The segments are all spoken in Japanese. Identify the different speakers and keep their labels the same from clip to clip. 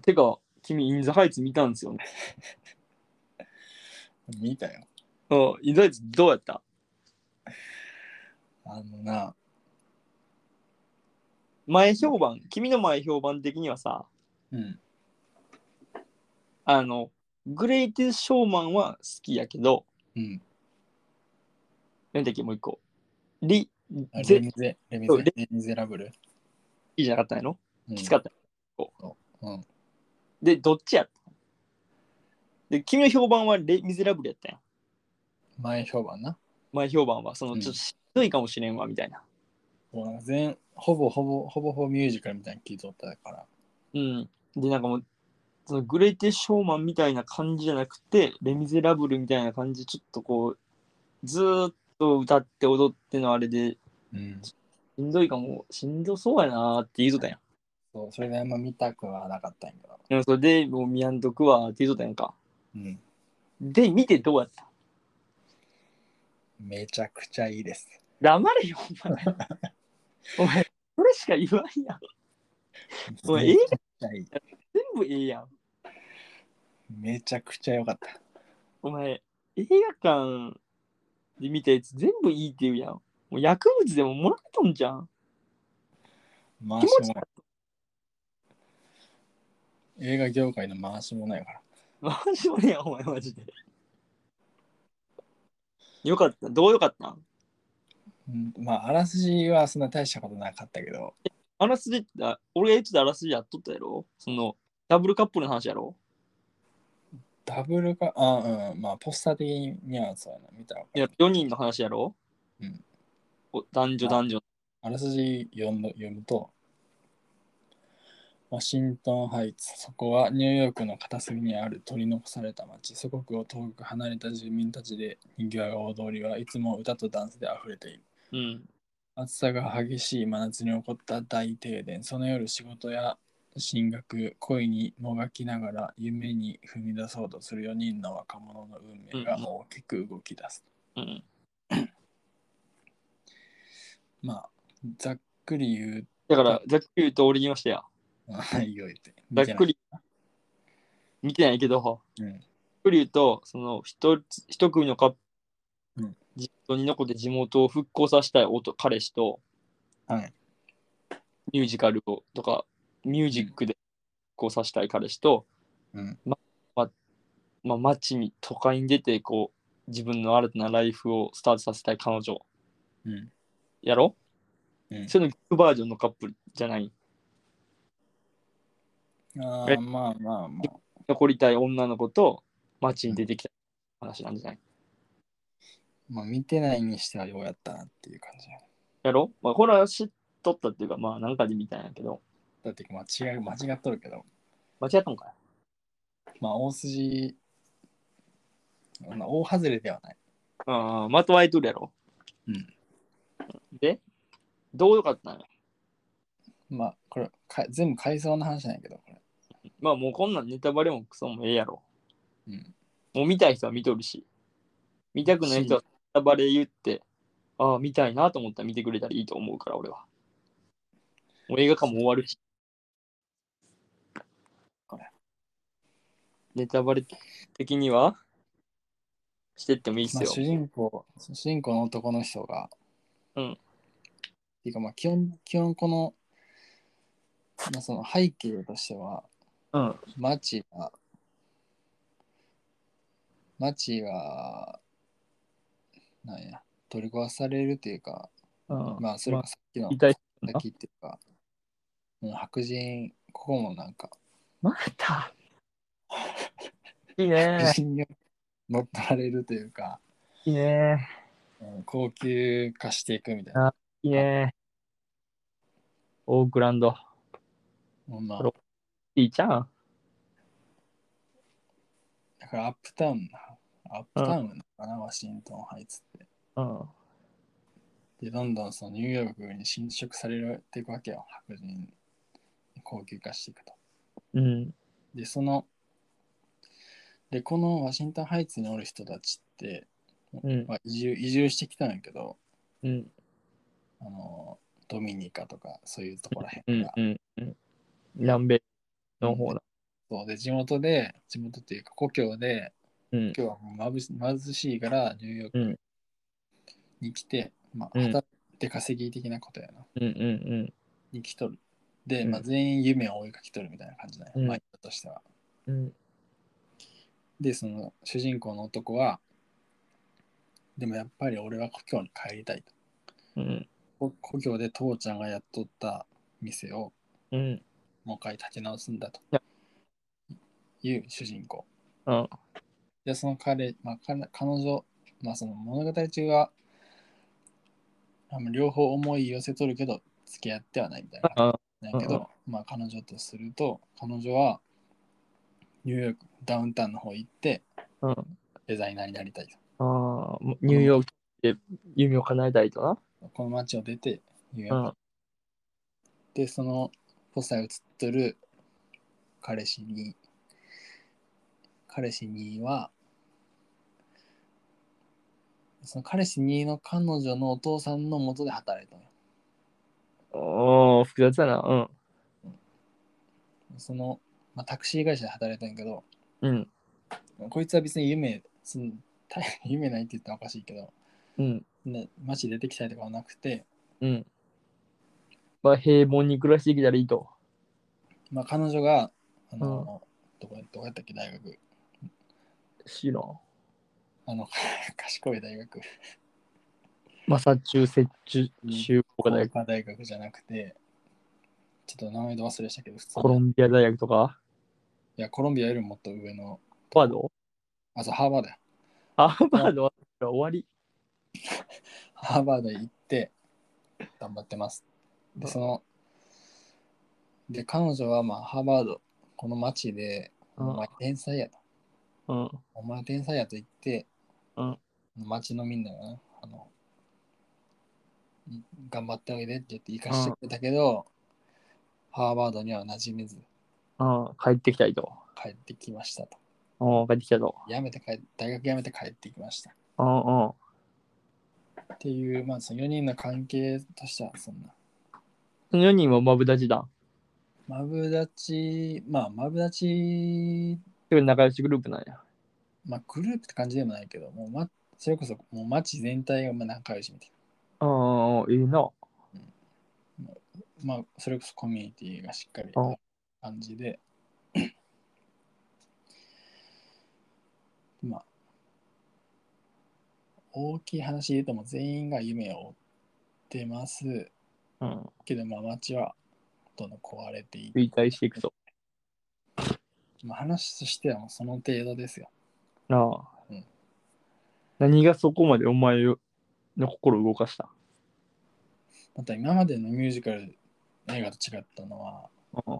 Speaker 1: てか、君、インザハイツ見たんですよね。
Speaker 2: 見たよ。
Speaker 1: うん、インザハイツどうやった
Speaker 2: あのな、
Speaker 1: 前評判、君の前評判的にはさ、
Speaker 2: うん。
Speaker 1: あの、グレイテスショーマンは好きやけど、
Speaker 2: うん。
Speaker 1: なんだっけ、もう一個。リ、
Speaker 2: あレ
Speaker 1: ゼ、
Speaker 2: ミゼ、レミ
Speaker 1: そう
Speaker 2: ゼ、
Speaker 1: レ
Speaker 2: レミゼラブル。
Speaker 1: いいじゃなかったんやろ
Speaker 2: うん
Speaker 1: きつかった。
Speaker 2: うん。
Speaker 1: で、どっちやったで、君の評判はレ・ミゼラブルやったやん。
Speaker 2: 前評判な。
Speaker 1: 前評判は、その、
Speaker 2: うん
Speaker 1: ちょっとしんどいかもしれんわ、みたいな。
Speaker 2: もう全ほぼほぼほぼほぼミュージカルみたいに聞いとったから。
Speaker 1: うん。で、なんかもう、そのグレイテ・ショーマンみたいな感じじゃなくて、レ・ミゼラブルみたいな感じ、ちょっとこう、ずーっと歌って踊ってのあれで、
Speaker 2: うん。
Speaker 1: しんどいかも、しんどそうやなーって言いとったやん。
Speaker 2: そう、それであんま見たくはなかったんやけど。
Speaker 1: でもそれで、もう見やんとくわーって言いとったやんか。
Speaker 2: うん。
Speaker 1: で、見てどうやった
Speaker 2: めちゃくちゃいいです。
Speaker 1: 黙れよ、お前。お前、それしか言わんやん。お前、映
Speaker 2: め
Speaker 1: 画
Speaker 2: ちゃくちゃいい。
Speaker 1: 全部ええやん。
Speaker 2: めちゃくちゃ良かった。
Speaker 1: お前、映画館で見たやつ全部いいって言うやん。もう薬物でももらっとんじゃん。
Speaker 2: 回
Speaker 1: 気
Speaker 2: し
Speaker 1: 持ち
Speaker 2: も
Speaker 1: 悪
Speaker 2: 映画業界の回しもないから。
Speaker 1: い。マジ俺やん、お前マジで。よかった。どうよかったん
Speaker 2: うん、まあ、あらすじはそんな大したことなかったけど、
Speaker 1: あらすじって、あ俺が言ってたあらすじやっとったやろその、ダブルカップルの話やろ
Speaker 2: ダブルか、あうん、まあ、ポスター的にはそうやな、見たらわかる
Speaker 1: いや、4人の話やろ
Speaker 2: うん
Speaker 1: お男女男女。
Speaker 2: あらすじ読む読むと、ワシントンハイツ、そこはニューヨークの片隅にある取り残された町、祖国を遠く離れた住民たちで、賑わう大通りはいつも歌とダンスで溢れている。
Speaker 1: うん。
Speaker 2: 暑さが激しい真夏に起こった大停電、その夜仕事や進学、恋にもがきながら夢に踏み出そうとする4人の若者の運命が大きく動き出す。
Speaker 1: うん。
Speaker 2: まあ、ざっくり言う
Speaker 1: だから、ざっくり言うと俺言いましたや。
Speaker 2: あいいよ言って。
Speaker 1: ざっくり見てないけど、
Speaker 2: 見てない。
Speaker 1: ざっくり言うと、その一つ一組のカップル、
Speaker 2: うん
Speaker 1: 地元に残って地元を復興させたい男彼氏と
Speaker 2: うん。はい。
Speaker 1: ミュージカルをとかミュージックで復興させたい彼氏と、
Speaker 2: うん。
Speaker 1: まあ、街に都会に出てこう自分の新たなライフをスタートさせたい彼女
Speaker 2: うん。
Speaker 1: やろ、
Speaker 2: うん
Speaker 1: それの逆バージョンのカップルじゃない
Speaker 2: あ
Speaker 1: え
Speaker 2: あ、まあまあまあ。
Speaker 1: 残りたい女の子と街に出てきた話なんじゃない、
Speaker 2: まあ見てないにしてはようやったなっていう感じや。
Speaker 1: やろ、まあ、これは知っとったっていうかまあなんかで見たんやけど
Speaker 2: だって間違い、間違っとるけど、
Speaker 1: 間違ったんかい
Speaker 2: まあ大筋、そんな大外れではない。
Speaker 1: ああ、まとわいとるやろ。
Speaker 2: うん。
Speaker 1: で、どうよかったんや。
Speaker 2: まあこれ、か全部回想の話なんやけど、これ。
Speaker 1: まあもうこんなんネタバレもクソもええやろ。
Speaker 2: うん。
Speaker 1: もう見たい人は見とるし。見たくない人はネタバレ言って、ああ、見たいなと思ったら見てくれたらいいと思うから、俺は。もう映画館も終わるし。
Speaker 2: これ
Speaker 1: ネタバレ的にはしてってもいいっ
Speaker 2: ますあ
Speaker 1: よ。
Speaker 2: 主人公、主人公の男の人が、
Speaker 1: うん
Speaker 2: っていうかまあ基本、基本この、まあその背景としては、
Speaker 1: うん。
Speaker 2: マチは、マチは、なんや、取り壊されるというか、
Speaker 1: うん。
Speaker 2: まあ、それがさっきの、
Speaker 1: 見たい
Speaker 2: さっきっていうか、うん白人、ここもなんか、
Speaker 1: またいいね
Speaker 2: 白。人に乗っ取られるというか、
Speaker 1: いいね。
Speaker 2: うん高級化していくみたいな。
Speaker 1: いいね。オークランド。
Speaker 2: うんまあ
Speaker 1: これいいじゃん。
Speaker 2: だからアップタウンな、アップタウンなのかな、ワシントンハイツって。
Speaker 1: うん。
Speaker 2: で、どんどんそのニューヨークに侵食されていくわけよ、白人に高級化していくと。
Speaker 1: うん。
Speaker 2: で、その、で、このワシントンハイツにおる人たちって、
Speaker 1: うん
Speaker 2: ま。あ、移住移住してきたんやけど、
Speaker 1: うん。
Speaker 2: あのドミニカとかそういうとこらへ
Speaker 1: うんん
Speaker 2: が、。
Speaker 1: うん。南米の方だ。
Speaker 2: そうで地元で地元っていうか故郷で
Speaker 1: うん。
Speaker 2: 今日はもうまぶし貧しいからニューヨ
Speaker 1: う
Speaker 2: ー
Speaker 1: ん
Speaker 2: クに来て、まあ
Speaker 1: うん
Speaker 2: 働いて稼ぎ的なことやな、
Speaker 1: うんうん
Speaker 2: に来とるで、
Speaker 1: うん
Speaker 2: まあ、全員夢を追いかけとるみたいな感じだよ、
Speaker 1: うん
Speaker 2: マインドとしては
Speaker 1: うん。うん
Speaker 2: でその主人公の男はでもやっぱり俺は故郷に帰りたいと
Speaker 1: うん
Speaker 2: 故故郷で父ちゃんがやっとった店を
Speaker 1: うん。
Speaker 2: もう一回立て直すんだと
Speaker 1: いや
Speaker 2: いう主人公
Speaker 1: あ
Speaker 2: でその彼、まあ、彼彼女、まあ、その物語中はあの両方思い寄せとるけど付き合ってはないみたいな
Speaker 1: あ。
Speaker 2: だけど、まあ、彼女とすると彼女はニューヨークダウンタウンの方行って
Speaker 1: うん。
Speaker 2: デザイナーになりたい
Speaker 1: ああ。ニューヨークで夢を叶えたいとな。
Speaker 2: とこの街を出てニューヨ
Speaker 1: う
Speaker 2: ーク、
Speaker 1: ん。
Speaker 2: でそのポスターに写っとる彼氏に彼氏にはその彼氏にの彼女のお父さんの元で働いたのよ
Speaker 1: おー、複雑だな。
Speaker 2: その、まあ、タクシー会社で働いたんやけど
Speaker 1: うん。うん。
Speaker 2: こいつは別に夢そのた 夢ないって言ったらおかしいけど
Speaker 1: うん。
Speaker 2: ね街出てきたりとかはなくて、
Speaker 1: うん。まあ、平凡に暮らしてきたらいいと。
Speaker 2: まあ、彼女があの、どこやどこやったっけ大学
Speaker 1: 知らん。
Speaker 2: あの 賢い大学
Speaker 1: マサチューセッチュ州工科大学、
Speaker 2: 工科大学じゃなくてちょっと名前で忘れしたけど普通に
Speaker 1: コロンビア大学とか、
Speaker 2: いやコロンビアよりもっと上
Speaker 1: ハ
Speaker 2: の
Speaker 1: ーバード
Speaker 2: あそうハーバードや
Speaker 1: あハーバードは終わり。
Speaker 2: ハーバード行って頑張ってますでそので彼女はまあハーバードこの街で
Speaker 1: うん
Speaker 2: お前天才やと
Speaker 1: うん。
Speaker 2: お前天才やと言って、
Speaker 1: うん
Speaker 2: 街のみんながなあのん頑張っておいでって言って行かしてくれたけど、ハーバードには馴染めず
Speaker 1: うん。帰ってきたいと。
Speaker 2: 帰ってきましたと
Speaker 1: うん。帰ってきたと。
Speaker 2: やめて帰大学辞めて帰ってきました
Speaker 1: うんうん。
Speaker 2: っていう、まあ、その4人の関係としてはそんな
Speaker 1: その4人はマブダチだ。
Speaker 2: マブダチまあマブダチ
Speaker 1: てか仲良しグループなんや。
Speaker 2: まあグループって感じでもないけどもう、ま、それこそもう街全体がまあ仲良しみたい
Speaker 1: うんうん。いいな。
Speaker 2: なまあそれこそコミュニティがしっかり
Speaker 1: うん
Speaker 2: ある感じで まあ大きい話で言うともう全員が夢を追ってます
Speaker 1: うん。
Speaker 2: けどまあ街はどんどん壊れていて
Speaker 1: 衰退していくと。
Speaker 2: まあ、話としてはもうその程度ですよ。
Speaker 1: なあ。
Speaker 2: うん
Speaker 1: 何がそこまでお前の心を動かした
Speaker 2: また今までのミュージカル映画と違ったのは、
Speaker 1: うん。
Speaker 2: う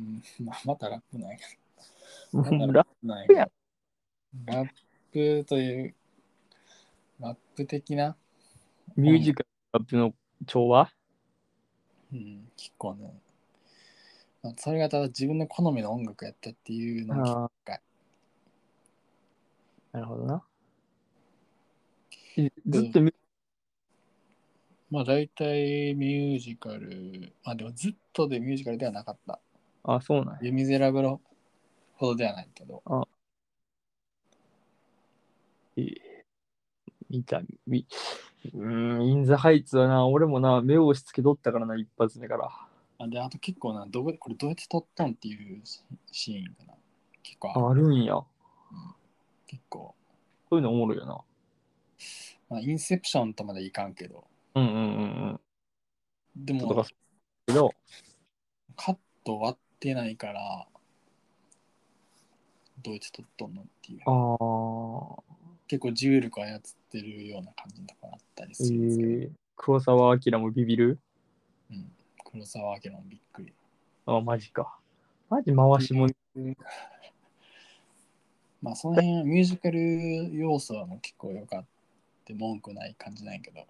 Speaker 2: ん まあ、またラップなんやけ
Speaker 1: う
Speaker 2: ど。ま
Speaker 1: ん
Speaker 2: た
Speaker 1: ラ
Speaker 2: ラップなんやけど
Speaker 1: や
Speaker 2: ラップという、ラップ的な、
Speaker 1: ミュージカルラップの調和
Speaker 2: うん、結構ね、まあ、それがただ自分の好みの音楽やったっていうの
Speaker 1: あ
Speaker 2: が
Speaker 1: あ。なるほどな。えずっとミュ
Speaker 2: まあ大体ミュージカル、まあでもずっとでミュージカルではなかった。
Speaker 1: あ、そうなんや。
Speaker 2: レミゼラブルほどではないけど、
Speaker 1: えー見た、み、うーん、インザハイツはな、俺もな、目を押し付けとったからな、一発目から。
Speaker 2: あであと結構などこ、これどうやって撮ったんっていうシシーンかな。結構ある
Speaker 1: ああるんや。こ
Speaker 2: 結構、
Speaker 1: ういうのおもろいよな。
Speaker 2: まあ。インセプションとまでいかんけど、
Speaker 1: うんうんうんうん。
Speaker 2: で
Speaker 1: ちょっと
Speaker 2: も
Speaker 1: かけど、
Speaker 2: カット割ってないから、どうやって撮ったのっていう。
Speaker 1: あー、
Speaker 2: 結構重力操ってるような感じとかあったり
Speaker 1: え
Speaker 2: するんですけど、
Speaker 1: ー、黒沢明もビビる
Speaker 2: うん、黒沢明もびっくり。
Speaker 1: あ、マジか。マジ回しも、
Speaker 2: まあその辺はミュージカル要素はもう結構良かった文句ない感じなんやけど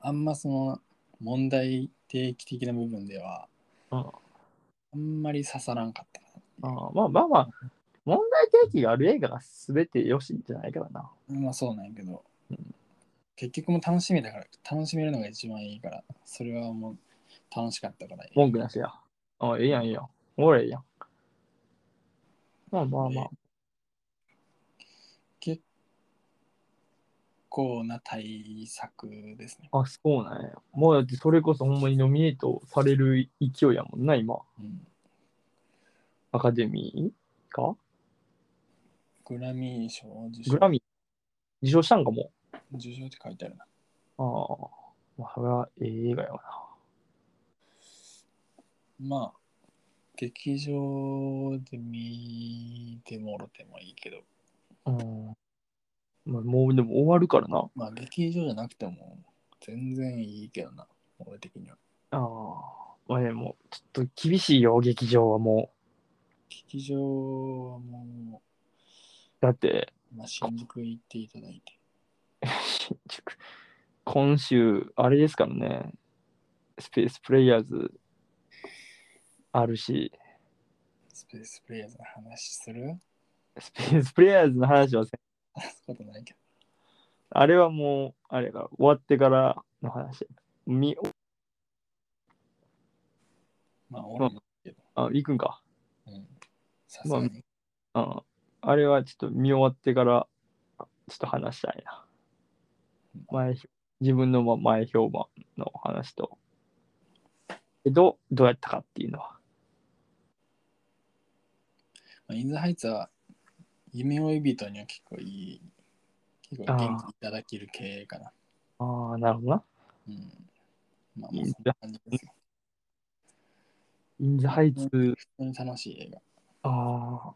Speaker 2: あんまその問題定期的な部分では
Speaker 1: うん
Speaker 2: あんまり刺さらんかったか
Speaker 1: あーまあまあまあ、問題提起がある映画が全てよしんじゃないからな。
Speaker 2: なまあそうなんやけど、
Speaker 1: うん
Speaker 2: 結局もう楽しみだから楽しめるのが一番いいからそれはもう楽しかったからいい
Speaker 1: 文句なしや。あ、ええやん、ええやん。おもろいやん。まあまあまあ。
Speaker 2: 結構な対策ですね。
Speaker 1: あ、そうなんや。もうだってそれこそほんまにノミネートされる勢いやもんな、今。
Speaker 2: うん、
Speaker 1: アカデミーか
Speaker 2: グラミー賞受賞
Speaker 1: グラミー受賞したんかも。
Speaker 2: 受賞って書いてあるな。
Speaker 1: ああ。まあ、それはええ映画やわな。
Speaker 2: まあ、劇場で見てもろてもいいけど、
Speaker 1: うん。まあ、もうでも終わるからな。
Speaker 2: まあ劇場じゃなくても全然いいけどな、俺的には。
Speaker 1: ああ。まあでも、ちょっと厳しいよ、劇場はも
Speaker 2: 劇場はも
Speaker 1: う。だって、
Speaker 2: う、まあ、新宿へ行っていただいて。
Speaker 1: 新宿今週、あれですからね、スペースプレイヤーズあるし、
Speaker 2: スペースプレイヤーズの話する
Speaker 1: スペースプレイヤーズの話はせん
Speaker 2: することないけど。
Speaker 1: あれはもう、あれが終わってからの話。み
Speaker 2: まあ、俺も、
Speaker 1: あ行くんか。
Speaker 2: うん。さすがに。
Speaker 1: うん。あれはちょっと見終わってから、ちょっと話したいな。前評自分のま前評判の話と。けど、どうやったかっていうのは。
Speaker 2: まあ、インザハイツは、夢追い人には結構いい、結構元気いただける経営かな。
Speaker 1: ああ、なるほどな。
Speaker 2: うん。まあ、
Speaker 1: いいん
Speaker 2: まあ、そ
Speaker 1: じ
Speaker 2: ん
Speaker 1: ゃ
Speaker 2: な感じですよ。
Speaker 1: インザハイツ、
Speaker 2: 普通に楽しい映画。
Speaker 1: ああ、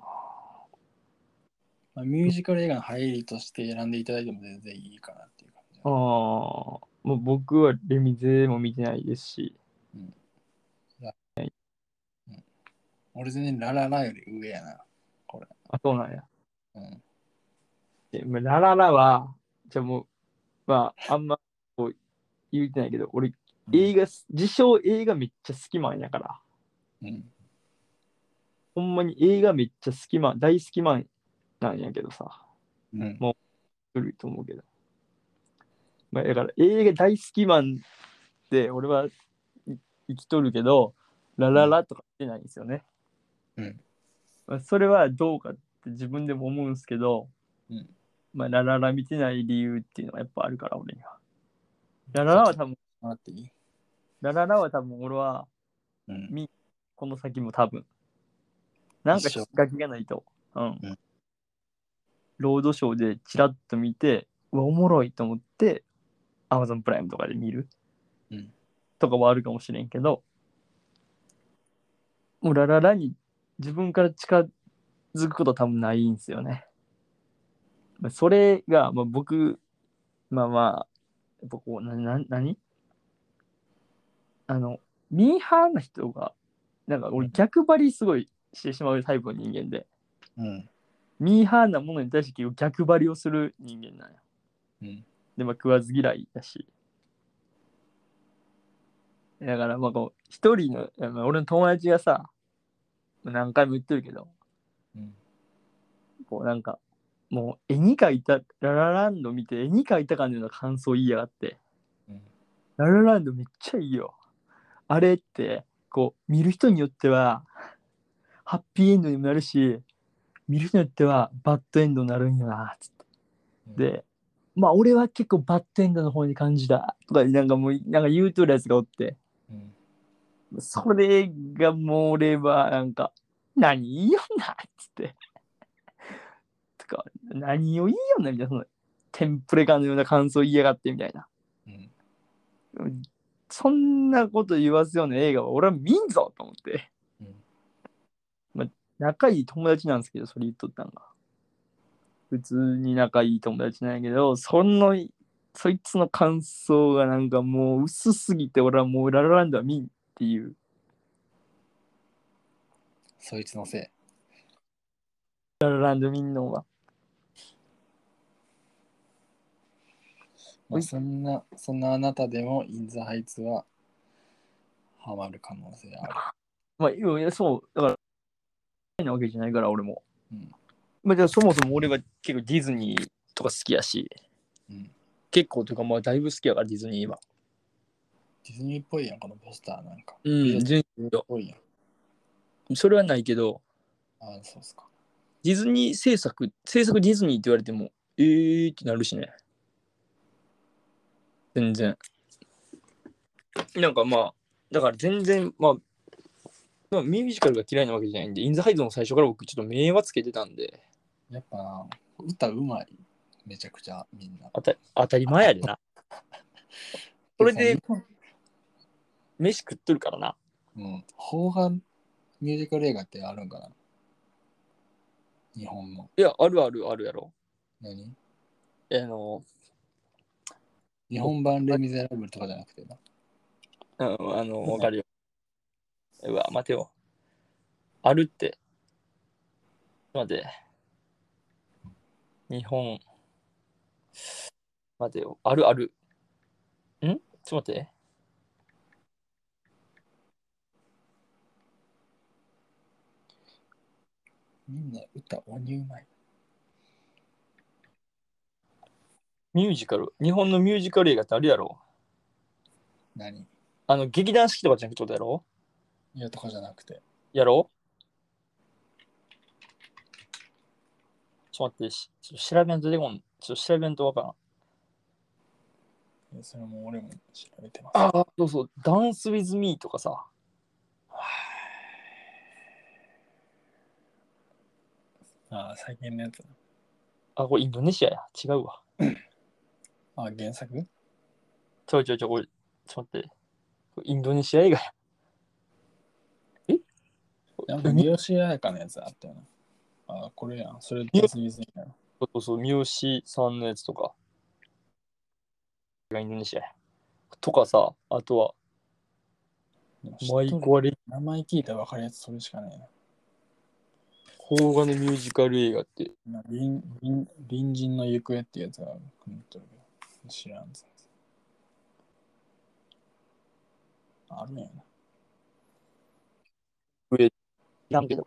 Speaker 2: まあ、ミュージカル映画の入りとして選んでいただいても全然いいかなっていう感じ
Speaker 1: ああ、。もう僕はレミゼも見てないですし、
Speaker 2: 俺全然ラララより上やな。これ。
Speaker 1: あ、そうなんや。
Speaker 2: うん。
Speaker 1: でまあラララは、じゃあもう、まあ、あんまこう言うてないけど、俺、映画、自称映画めっちゃ好きマンやから、
Speaker 2: うん。
Speaker 1: ほんまに映画めっちゃ好きマン、大好きマンなんやけどさ、
Speaker 2: うん。
Speaker 1: 古いと思うけど。まあ、だから映画大好きマンって俺はい生きとるけど、ラララとか言ってないんですよね。
Speaker 2: うん
Speaker 1: まあ、それはどうかって自分でも思うんですけど、
Speaker 2: うん
Speaker 1: まあ、ラララ見てない理由っていうのはやっぱあるから俺には。ラララは多分、
Speaker 2: もらっていい
Speaker 1: ラララは多分俺は
Speaker 2: うん。
Speaker 1: この先も多分。なんかきっかけがないと。うん。
Speaker 2: うん
Speaker 1: ロードショーでチラッと見て、うわ、おもろいと思って、Amazon プライムとかで見る、
Speaker 2: うん
Speaker 1: とかはあるかもしれんけど、もうラララに自分から近づくことは多分ないんですよね。まあそれが、まあ、僕、まあまあ、やっぱこう、な、な、何あの、ミーハーな人が、なんか俺逆張りすごいしてしまうタイプの人間で、
Speaker 2: うん。
Speaker 1: ミーハーなものに対して結構逆張りをする人間なんよ。
Speaker 2: うん。
Speaker 1: で、まあ食わず嫌いだし。だからまあこう、一人の、あの俺の友達がさ、まあ何回も言ってるけど、
Speaker 2: うん。
Speaker 1: こうなんか、もう絵に描いた、ララランド見て絵に描いたかのような感想言いやがって、
Speaker 2: うん。
Speaker 1: ララランドめっちゃいいよ。あれって、こう、見る人によっては、ハッピーエンドにもなるし、見る人によっては、バッドエンドになるんよな、つって。で、まあ、俺は結構バッドエンドの方に感じだ、とか、なんかもう、なんか言うとるやつがおって、
Speaker 2: うん。
Speaker 1: それがもう俺は、なんか、何言いよんな、つって。とか、何を言いよんな、みたいな、その、テンプレ感のような感想言いやがって、みたいな。
Speaker 2: うん。
Speaker 1: そんなこと言わすような映画は俺は見んぞと思って。
Speaker 2: うん
Speaker 1: まあ、仲いい友達なんですけど、それ言っとったんが。普通に仲いい友達なんやけど、その、そいつの感想がなんかもう薄すぎて俺はもうララランドは見んっていう。
Speaker 2: そいつのせい。
Speaker 1: ララランド見んのが。
Speaker 2: まあ、そんな、そんなあなたでも、インザハイツは、ハマる可能性ある。
Speaker 1: まあ、いや、そう、だから、なわけじゃないから俺も。
Speaker 2: うん
Speaker 1: まあ、じゃあそもそも俺は結構ディズニーとか好きやし、
Speaker 2: うん
Speaker 1: 結構というかまあだいぶ好きやからディズニーは。
Speaker 2: ディズニーっぽいやん、このポスターなんか。
Speaker 1: うん、
Speaker 2: ディズ
Speaker 1: 順
Speaker 2: ニーっぽいやん。
Speaker 1: それはないけど、
Speaker 2: ああ、そうっすか。
Speaker 1: ディズニー制作、制作ディズニーって言われても、えーってなるしね。全然。なんかまあ、だから全然、まあ、まあ、ミュージカルが嫌いなわけじゃないんで、インザハイズも最初から僕ちょっと名はつけてたんで、
Speaker 2: やっぱな、歌うまい。めちゃくちゃみんな。
Speaker 1: あた当たり前やでな。それで飯食っとるからな。
Speaker 2: うん。邦画ミュージカル映画ってあるんかな日本の。
Speaker 1: いや、あるあるあるやろ。
Speaker 2: 何
Speaker 1: あの、
Speaker 2: 日本版レ・ミゼラブルとかじゃなくてな。
Speaker 1: うん、あの、わかるよ。うわ、待てよ。あるって。待て。日本。待てよ。あるある。んちょっと待って。
Speaker 2: みんな歌鬼うまい。
Speaker 1: ミュージカル。日本のミュージカル映画ってあるやろ。
Speaker 2: 何
Speaker 1: あの、劇団四季とかじゃなくてことやろ
Speaker 2: いやとかじゃなくて。
Speaker 1: やろちょっと待ってし、ちょっと調べんと出てこん。ちょっと調べんとわからん。
Speaker 2: いやそれも俺も調べてます。
Speaker 1: ああ、そうそう。ダンスウィズミーとかさ。
Speaker 2: ああ、最近のやつ。
Speaker 1: あ、これインドネシアや。違うわ。
Speaker 2: ああ、原作
Speaker 1: ちょいちょいちょい、おいちょっと待って。これインドネシア映画や。え
Speaker 2: なんか、三好彩香のやつあったよな。ああ、これやん。それ
Speaker 1: や
Speaker 2: 別に別にやん。
Speaker 1: そうそう、三好さんのやつとか。インドネシアや。とかさ、あとは、
Speaker 2: でも知っ
Speaker 1: マイ
Speaker 2: とる
Speaker 1: コアレ
Speaker 2: 名前聞いたら分かるやつそれしかないな。
Speaker 1: 邦画のミュージカル映画って。
Speaker 2: まあ隣隣隣人の行方ってやつが組んとるけど、知らんぞ。あるんやな。
Speaker 1: なんけど。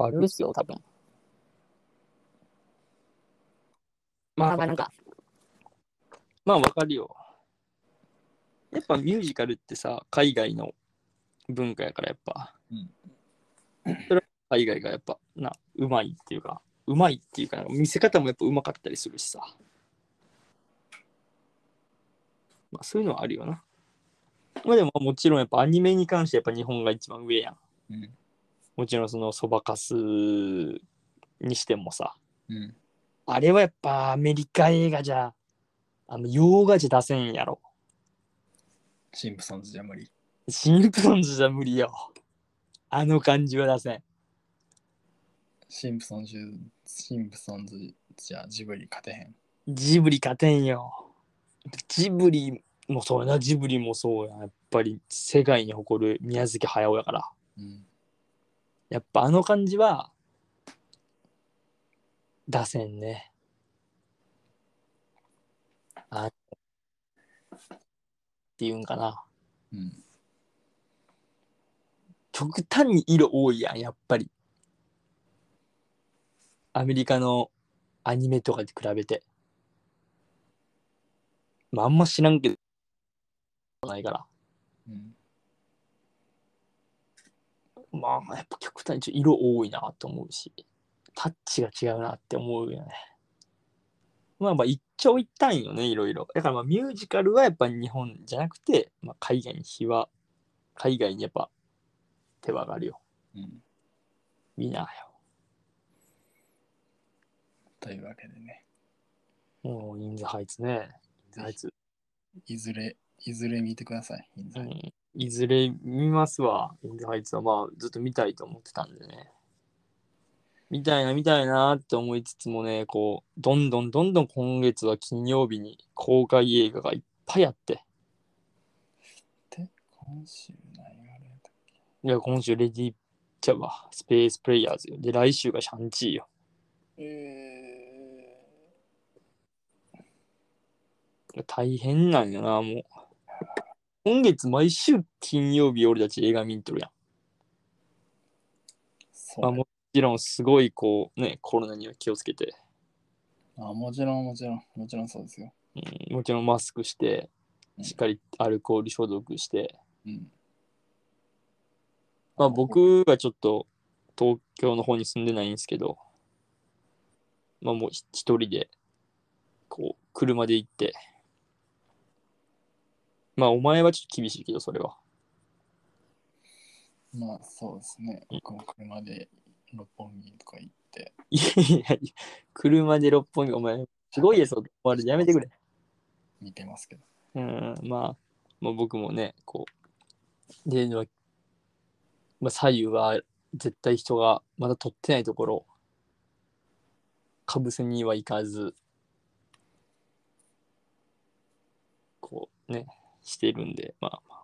Speaker 1: あれですよ、多分。まあ、なんか。まあ、わかるよ。やっぱミュージカルってさ、海外の文化やから、やっぱ。
Speaker 2: うん
Speaker 1: それは海外がやっぱ、な、うまいっていうか、うまいっていうか、なんか見せ方もやっぱうまかったりするしさ。まあ、そういうのはあるよな。まあでももちろんやっぱアニメに関してやっぱ日本が一番上やん。
Speaker 2: うん。
Speaker 1: もちろんそのそばかすにしてもさ。
Speaker 2: うん。
Speaker 1: あれはやっぱアメリカ映画じゃ、あの洋画じゃ出せんやろ。
Speaker 2: シンプソンズじゃ無理。
Speaker 1: シンプソンズじゃ無理よ。あの感じは出せん。
Speaker 2: シンプソンズ、シンプソンズじゃジブリ勝てへん。
Speaker 1: ジブリ勝てんよ。ジブリもそうやな、ジブリもそうや。やっぱり世界に誇る宮崎駿やから。
Speaker 2: うん。
Speaker 1: やっぱあの感じは出せんね。あっていうんかな。
Speaker 2: うん。
Speaker 1: 極端に色多いやん、やっぱり。アメリカのアニメとかで比べて。まあ、あんま知らんけど、ないから。
Speaker 2: うん。
Speaker 1: まあ、やっぱ極端にちょっと色多いなと思うし、タッチが違うなって思うよね。まあまあ、一長一短よね、いろいろ。だからまあ、ミュージカルはやっぱ日本じゃなくて、まあ、海外に日は、海外にやっぱ手は上がるよ。
Speaker 2: うん。
Speaker 1: みんなよ。
Speaker 2: というわけでね、
Speaker 1: もう、インズハイツね。インズハイツ。
Speaker 2: いずれ、いずれ見てください。いず
Speaker 1: う
Speaker 2: れ
Speaker 1: ん。いずれ見ますわ。インズハイツはまあ、ずっと見たいと思ってたんでね。見たいな、見たいなって思いつつもね、こう、どんどんどんどん今月は金曜日に公開映画がいっぱいあって。
Speaker 2: って、今週何があるんやったっけ
Speaker 1: いや、今週レディー・ジャバ、スペース・プレイヤーズよ。で、来週がシャンチーよ。
Speaker 2: え
Speaker 1: 大変なんよな、もう。今月毎週金曜日俺たち映画見にとるやん。
Speaker 2: ー、そう
Speaker 1: まあ、もちろんすごいこうね、コロナには気をつけて。
Speaker 2: あもちろんもちろんもちろんそうですよ。
Speaker 1: うんもちろんマスクして、
Speaker 2: うん
Speaker 1: しっかりアルコール消毒して、
Speaker 2: うん。
Speaker 1: まあ、僕はちょっと東京の方に住んでないんですけど、まあもうひ一人で、こう、車で行って、まあお前はちょっと厳しいけど、それは。
Speaker 2: まあそうですね。僕も車で六本木とか行って。
Speaker 1: いやいやいや、車で六本木、お前、すごいですよ、お前やめてくれ。
Speaker 2: 見てますけど。
Speaker 1: うん、まあ、まあ、僕もね、こう、で、まあまあ、左右は絶対人がまだ取ってないところ、かぶせには行かず、こうね、してるんで、まあまあ、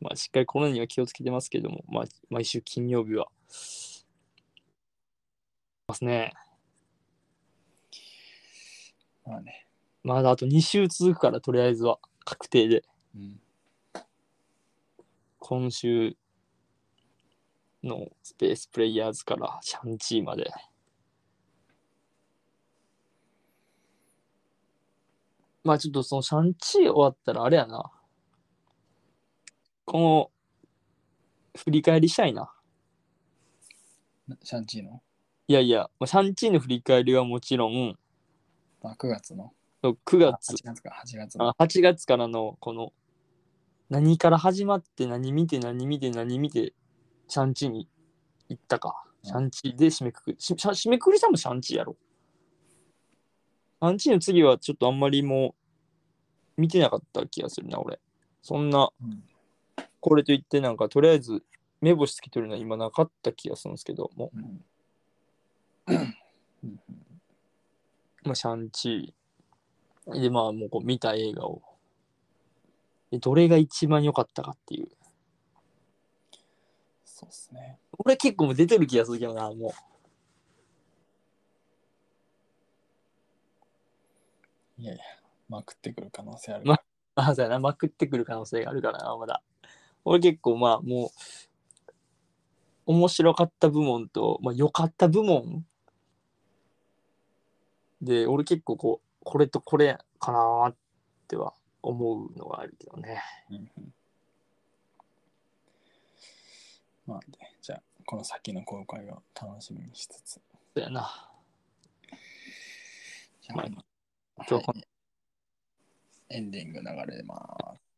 Speaker 1: まあ、しっかりコロナには気をつけてますけども、まあ、毎週金曜日は、ますね。
Speaker 2: まあね。
Speaker 1: まだあと2週続くから、とりあえずは、確定で。
Speaker 2: うん。
Speaker 1: 今週のスペースプレイヤーズからシャンチーまで。まあちょっとそのシャンチー終わったらあれやな。この振り返りしたいな。
Speaker 2: なシャンチーの、
Speaker 1: いやいや、まあシャンチーの振り返りはもちろん、
Speaker 2: まあ、9月の。
Speaker 1: 9
Speaker 2: あ
Speaker 1: 月
Speaker 2: 8月か、8月の。
Speaker 1: あ8月からのこの何から始まって何見て何見て何見てシャンチーに行ったか。
Speaker 2: うん
Speaker 1: シャンチーで締めくくり。ししゃ締めくくりしたのもシャンチーやろ。シャンチーの次はちょっとあんまりもう見てなかった気がするな、俺。そんな、
Speaker 2: うん
Speaker 1: これといってなんかとりあえず目星つけとるのは今なかった気がするんですけども。
Speaker 2: うん。
Speaker 1: まあ、シャンチー。で、まあ、もうこう見た映画を。でどれが一番良かったかっていう。
Speaker 2: そうですね。
Speaker 1: 俺結構もう出てる気がするけどな、も
Speaker 2: いやいや、まくってくる可能性ある。
Speaker 1: まう。あそうやな、まくってくる可能性があるからな、まだ。俺結構まあ、もう、面白かった部門と、まあ、良かった部門で、俺結構こう、これとこれかなーっては思うのがあるけどね。
Speaker 2: うんうんまあね、じゃあ、この先の公開を楽しみにしつつ。
Speaker 1: そうやな。
Speaker 2: じゃあ
Speaker 1: まあ
Speaker 2: はい
Speaker 1: 今日はこ
Speaker 2: エンディング流れます。